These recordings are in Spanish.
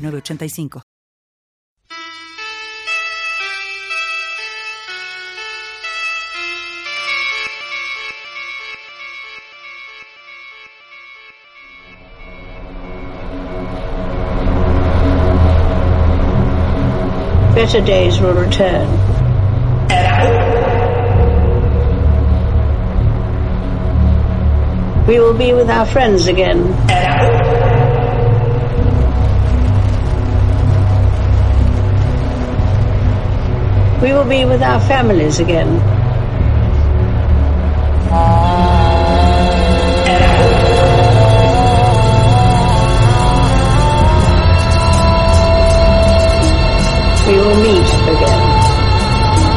985. Better days will return. We will be with our friends again. We will be with our families again. We will meet again.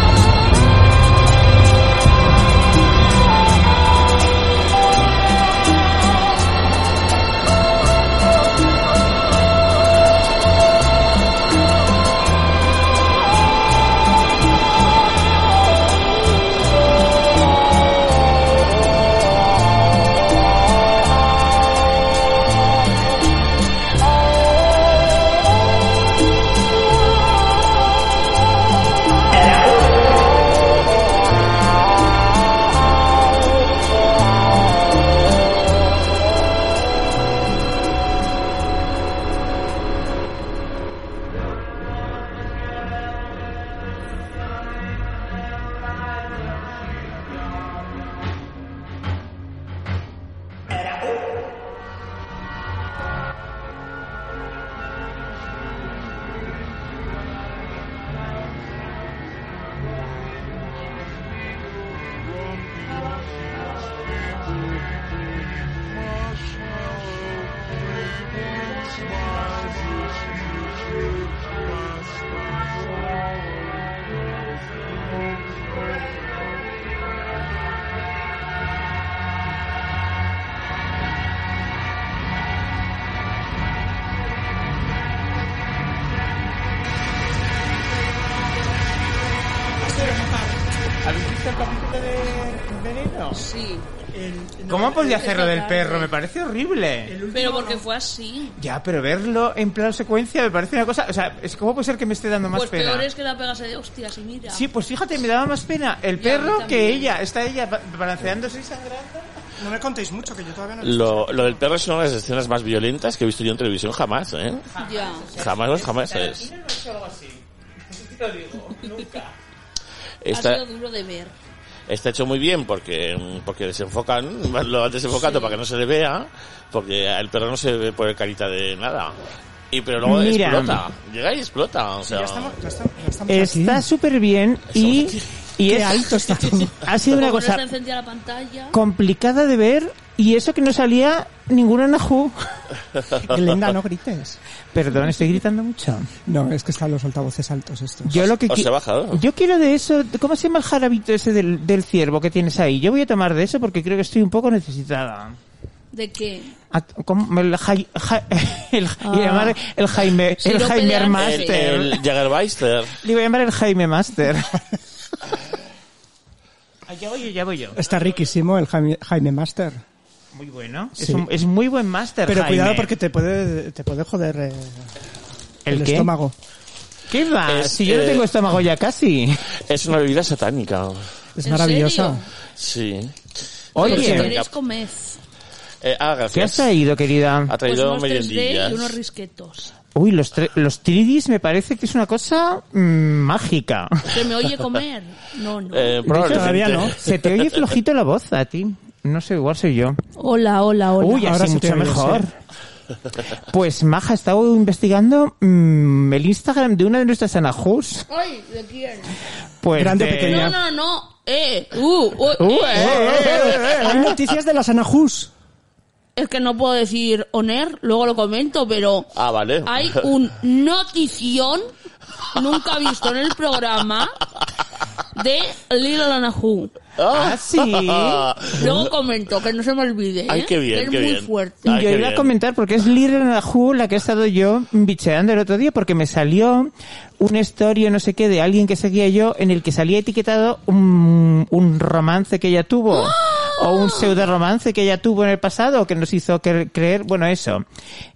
¿Habéis visto el capítulo de Veneno? Sí, El- no, ¿Cómo podía el- hacerlo del perro? Me parece horrible. el último pero porque no. fue así. Ya, pero verlo en plan secuencia me parece una cosa... O sea, es ¿cómo puede ser que me esté dando más Pues pena? peor es que la pegase de hostias y mira. Sí, pues fíjate, me daba más pena el Y a mí perro que también. ella. Está ella ba- balanceándose y sangrando. No me contéis mucho, que yo todavía no lo he visto. Lo, lo del perro es una de las escenas más violentas que he visto yo en televisión jamás, ¿eh? Ya. Jamás, jamás es. Tarantino no ha hecho algo así. Eso sí te lo digo, nunca. Ha Está, sido duro de ver. está hecho muy bien porque, porque desenfocan, lo van desenfocando para que no se le vea, porque el perro no se ve por carita de nada. Y pero luego Mira. explota. Llega y explota, o sea. Ya estamos, ya estamos, ya estamos Está súper bien y, y Qué es- alto está todo. ha sido una Como no cosa está encendida la pantalla. complicada de ver y eso que no salía ninguna Nahu. aquí. Glenda, no grites. Perdón, estoy gritando mucho. No, es que están los altavoces altos estos. Yo lo que Os qui- he bajado. Yo quiero de eso, ¿cómo se llama el jarabito ese del, del ciervo que tienes ahí? Yo voy a tomar de eso porque creo que estoy un poco necesitada. ¿De qué? Ah, ¿cómo? el, Jai- Ja- el- Ah. voy a llamar el Jaime, el Sirope de Jaime Ángel. El, Master. el Jägerbeister. Le voy a llamar el Jaime Master. Ah, ya voy yo, ya voy yo. Está riquísimo el Jaime, Jaime Master. Muy bueno. Es, Sí. un- es muy buen Master, Pero Jaime. cuidado porque te puede, te puede joder eh, ¿El, qué? estómago. ¿Qué va? Es, si yo no eh, tengo estómago ya casi. Es una bebida satánica. Es ¿En maravillosa. serio? Sí. Pero Pues si Oye, queréis comed. Eh, ah, ¿qué has gracias. traído, querida? Ha Pues traído unos 3D merendillas. y unos risquetos. Uy, los, tre- los tridis me parece que es una cosa mm, mágica. ¿Se me oye comer? No, no. Eh, probablemente. Todavía no. Se te oye flojito la voz a ti. No sé, igual soy yo. Hola, hola, hola. Uy, ahora así se te mucho oye, mejor. Pues Maja, he estado investigando mm, el Instagram de una de nuestras anajus. Ay, ¿de quién? Pues Grande o de- pequeña. No, no, no. Eh, uh, uh, Uh, eh. eh, eh, eh, eh. Ah. Hay noticias de las Anajus. Es que no puedo decir oner, luego lo comento, pero Ah, vale. hay un notición nunca visto en el programa de Little Anahu. Ah, sí. Luego comento, que no se me olvide. ¿eh? Ay, qué bien, Que es qué muy bien. fuerte. Ay, yo qué iba a bien. comentar porque es Little Nahu la que he estado yo bicheando el otro día porque me salió un story o no sé qué de alguien que seguía yo en el que salía etiquetado un, un romance que ella tuvo o un pseudo romance que ella tuvo en el pasado que nos hizo cre- creer, bueno, eso.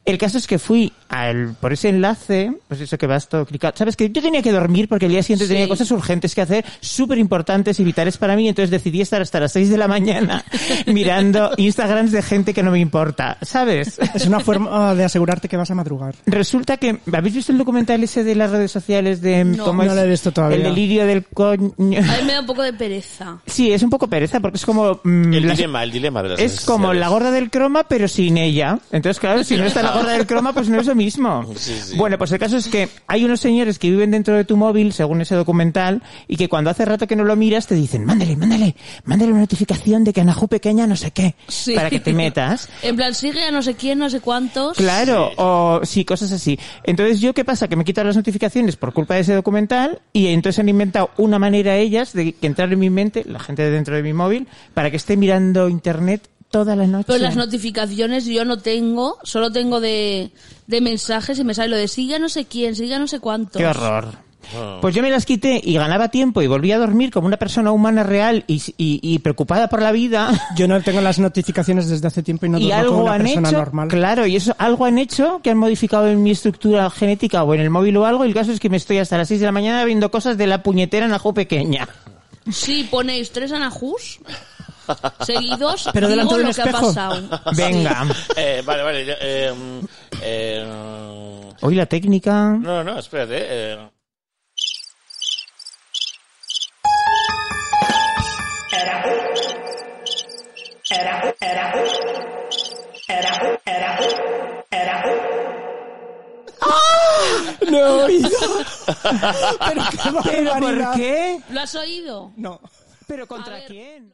El caso es que fui al, por ese enlace, pues eso que vas todo clicado. Sabes que yo tenía que dormir porque el día siguiente tenía cosas urgentes que hacer, súper importantes y vitales para mí, entonces decidí estar hasta las 6 de la mañana mirando Instagrams de gente que no me importa, ¿sabes? Es una forma de asegurarte que vas a madrugar. Resulta que, ¿habéis visto el documental ese de las redes sociales de No. No lo he visto todavía. El delirio del coño? A mí me da un poco de pereza. Sí, es un poco pereza porque es como... mm, El las- dilema, el dilema de las es redes como sociales. la gorda del croma, pero sin ella. Entonces, claro, si no está la gorda del croma, pues no es lo mismo. Sí, sí. Bueno, pues el caso es que hay unos señores que viven dentro de tu móvil, según ese documental, y que cuando hace rato que no lo miras te dicen, mándale, mándale, mándale una notificación de que Anahu pequeña no sé qué, Sí. para que te metas. En plan, sigue a no sé quién, no sé cuántos. Claro, o sí, cosas así. Entonces, ¿yo qué pasa? Que me quitan las notificaciones por culpa de ese documental y entonces han inventado una manera ellas de que entrar en mi mente, la gente de dentro de mi móvil, para que esté mirando internet toda la noche. Pero las notificaciones yo no tengo, solo tengo de, de mensajes y me sale lo de sigue a no sé quién, sigue a no sé cuántos. Qué horror. Pues yo me las quité y ganaba tiempo y volvía a dormir como una persona humana real y, y- y preocupada por la vida. Yo no tengo las notificaciones desde hace tiempo y no y duermo como algo una han persona hecho, normal. claro, y eso algo han hecho que han modificado en mi estructura genética o en el móvil o algo. Y el caso es que me estoy hasta las 6 de la mañana viendo cosas de la puñetera Najo pequeña. Sí, ponéis tres anajús seguidos. Pero delante digo de un lo que ha espejo. pasado. Venga, Eh, vale, vale. ya, eh, mm, eh, hoy la técnica. no, no, espérate. eh. No, y Pero qué ¿Pero barbaridad. por qué? ¿Lo has oído? No. ¿Pero A contra ver. quién?